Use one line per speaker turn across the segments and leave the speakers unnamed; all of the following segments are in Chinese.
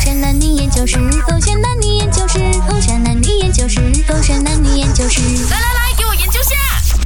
山男女研究室，风扇男女研究室，风扇男女研究室，风扇男女研究室。
来来来，给我研究下。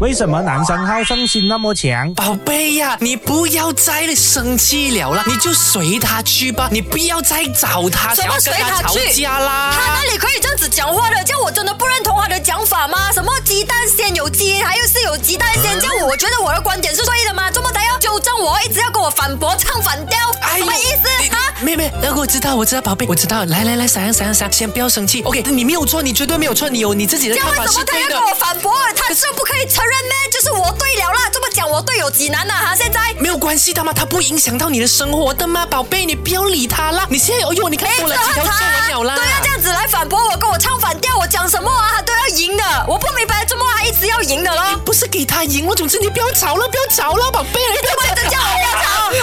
为什么男生好胜心那么强？
宝贝呀、你不要再生气了啦，你就随他去吧，你不要再找他，
什
想要
么
跟
随
他
他
吵
去
架啦。
他那里可以这样子讲话的？这样我真的不认同他的讲法吗？什么鸡蛋先有鸡，还有是有鸡蛋
啊
先？这样我觉得我的观点是对的吗？怎么他要纠正我，一直要跟我反驳、唱反调，
哎
什
呦
么意
你
思啊？
妹妹，那个我知道，我知道，宝贝，我知道。来来来，闪亮闪亮闪，先不要生气。OK，你没有错，你绝对没有错，你有你自己的
这样
看
为什
法是
么他
对
要
的
跟。我反驳？他是不可以承认咩？就是我对了啦，这么讲我对有几难呐、啊？哈，现在。
没有关系的嘛，他不影响到你的生活的嘛，宝贝，你不要理他啦。你现在，哎呦，你看多了几条皱纹了啦。
对啊，这样子来反驳我，跟我唱反调，我讲什么啊？他都要赢的，我不明白怎么他一直要赢的咯。
不是给他赢，我总之你不要吵了，不要吵了，宝贝，你
怎么一直叫我不要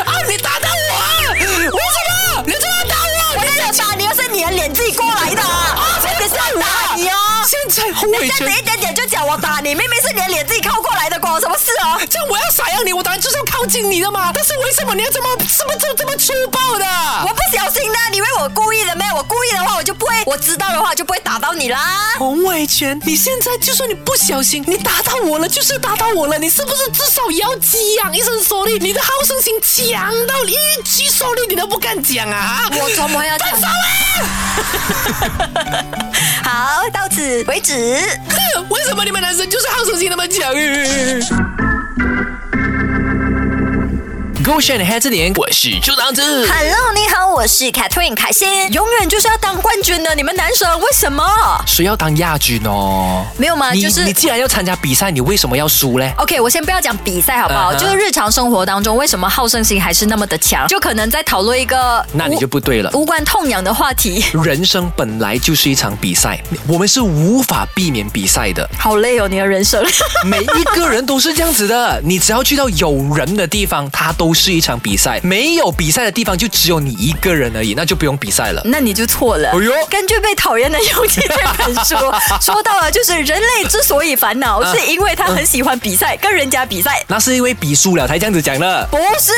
吵
啊！你打到我啊，我怎么？你怎么打我？
我没有打你，而是你的脸自己过来的啊！你是要打你哦。
现在红
你
尾
这
拳
样子，一点点就讲我打你，明明是你的脸自己靠过来的，关我什么事啊？
这样我要撒样你，我当然就是要靠近你的嘛。但是为什么你要这么这么这这么粗暴的？
我不小心的，你以为我故意的没有？我故意的话，我就不会，我知道的话我就不会打到你啦。
红尾拳，你现在就算你不小心，你打到我了，就是打到我了，你是不是至少也要讲一声 sorry？你的好胜心强到你一句 sorry 你都不敢讲啊！
我怎么要讲？好，到此为止。
哼为什么你们男生就是好胜心那么强？Go s h a n 黑这点，我是朱长子。
Hello，你好，我是 Catherine 凯欣。永远就是要当冠军的，你们男生为什么？
谁要当亚军哦？
没有吗？
你、
啊就是
你既然要参加比赛，你为什么要输嘞？
OK，我先不要讲比赛好不好
嗯哼
就是日常生活当中，为什么好胜心还是那么的强？就可能在讨论一个
那你就不对了。
无无关痛痒的话题，
人生本来就是一场比赛，我们是无法避免比赛的。
好累哦，你的人生。
每一个人都是这样子的，你只要去到有人的地方，它都是一场比赛；没有比赛的地方，就只有你一个人而已，那就不用比赛了。
那你就错了。
哎呦
根据《被讨厌的勇气》这本 书说到了，就是人类之所以烦恼，
嗯
是因为他很喜欢比赛，跟人家比赛。
那是因为比输了才这样子讲的。
不是，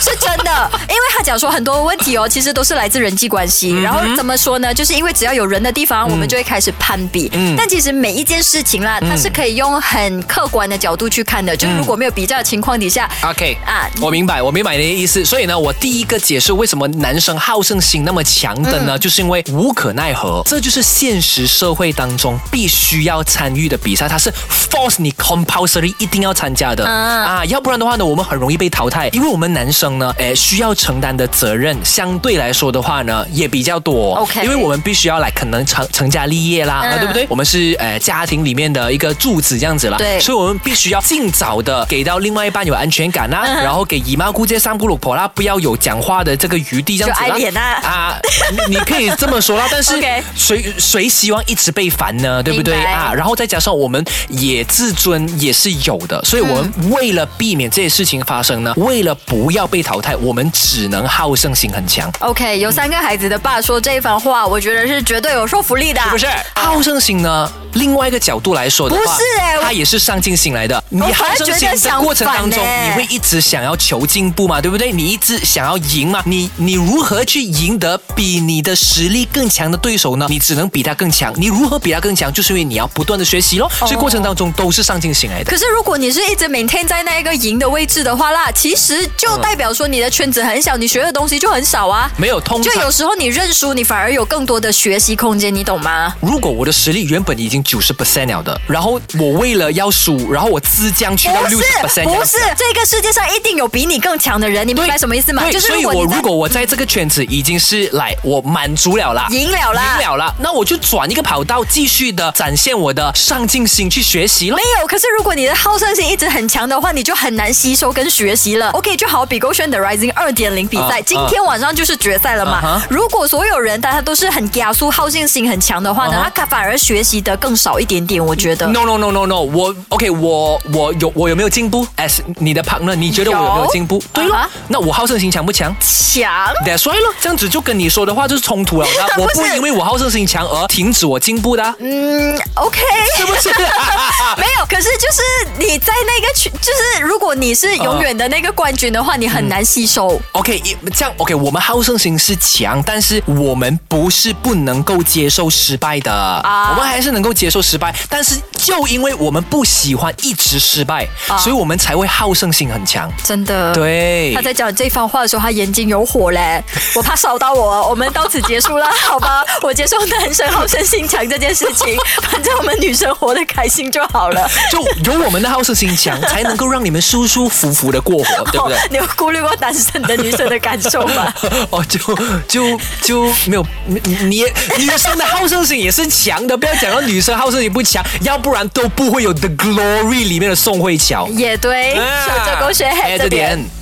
是真的，因为他讲说很多问题哦，其实都是来自人际关
嗯
系。然后怎么说呢？就是因为只要有人的地方，我们就会开始攀比。
嗯
但其实每一件事情啦，它是可以用很客观的角度去看的。就是如果没有比较的情况底下，
OK
啊
嗯啊，我明白，我明白你的意思。所以呢，我第一个解释为什么男生好胜心那么强的呢，就是因为无可奈何，这就是现实社会当中必须要参与的比赛，它是 force 你 compulsory 一定要参加的
啊
啊要不然的话呢，我们很容易被淘汰，因为我们男生呢，诶，需要承担的责任相对来说的话呢，也比较多。
OK
因为我们必须要来可能成成家立业啦，
嗯
啊，对不对？我们是呃家庭里面的一个柱子这样子啦，
对
所以所以我们必须要尽早的给到另外一半有安全感啦、
嗯
然后给姨妈姑姐三姑六婆啦，不要有讲话的这个余地，这样子啦。
就挨扁啊
啊，你你可以这么说 啦，但是
OK
谁谁希望一直被烦呢？对不对
明白
啊？然后再加上我们也自尊也是有的，所以我
嗯
们为了避免这些事情发生呢，为了不要被淘汰，我们只能好胜心很强。
OK，有三个孩子的爸说这一番话，我觉得是绝对有说服力的。
不是好胜心呢？另外一个角度来说的话，
啊不是欸我
它也是上进心来的。你
反而
好胜
觉
心
得
的
相
过程当
反
中，
欸
你会一直想要求进步嘛，对不对？你一直想要赢嘛，你你如何去赢得比你的实力更强的对手呢？你只能比他更强。你如何比他更强，就是因为你要不断的学习咯。
哦
所以过程当中都是上进心来的。
可是如果你是一直 maintain 在那一个赢的位置的话啦，其实就代表说你的圈子很小，你学的东西就很少啊。
没有通
就
常
有时候你认输，你反而有更多的学习空间，你懂吗？
如果我的实力原本已经九十 percent 了的，然后我为了要输，然后我自将去到
不
六
哎是
十 percent，
不是，这个世界上一定有比你更强的人，你明白什么意思吗？
啊对，
就是
所以
如果
我
你在
如果我在这个圈子已经是来我满足了啦，
赢了啦
赢了啦，那我就转一个跑道，继续的展现我的上进心去学习了。
没有，可是如果你的好胜心一直很强的话，你就很难吸收跟学习了。OK，就好比《勾选的 Rising 二点零比赛，
啊
今天晚上就是决赛了嘛。
啊哈
如果所有人大家都是很加速、好胜心很强的话呢，
啊
他
哈
他反而学习的更少一点点，我觉得。
No no no no no，我 OK，我我有我有没有进步？as 你的 partner，你觉得我有没有进步？对
啊
了
哈，
那我好胜心强不强
强，
？That's 所以呢，这样子就跟你说的话就是冲突了。那我 不
不是嗯
因为我好胜心强而停止我进步的啊、
OK，
是不是？
没有，可是就是你在那个群，就是如果你是永远的那个冠军的话，你
嗯
很难吸收。
OK，一这样 OK，我们好胜心是强，但是我们不是不能够接受失败的，
啊
我们还是能够接受失败，但是就因为我们不喜欢一直失败，
啊
所以我们才会好胜心很强。
真的。。
对
嗯他，在讲这番话的时候，他眼睛有火嘞，我怕烧到我。我们到此结束了，好吧？我接受男生好胜心强这件事情，反正我们女生活得开心就好了。
就有我们的好胜心 强，才能够让你们舒舒服服的过活，对不对
哦？你有顾虑过单身的女生的感受 吗？
哦，就就就没有你你也女生的好胜心也是强的，不要讲到女生好胜心不强，要不然都不会有《The Glory》里面的宋慧乔。
啊也对，守着狗血黑着点。
啊点。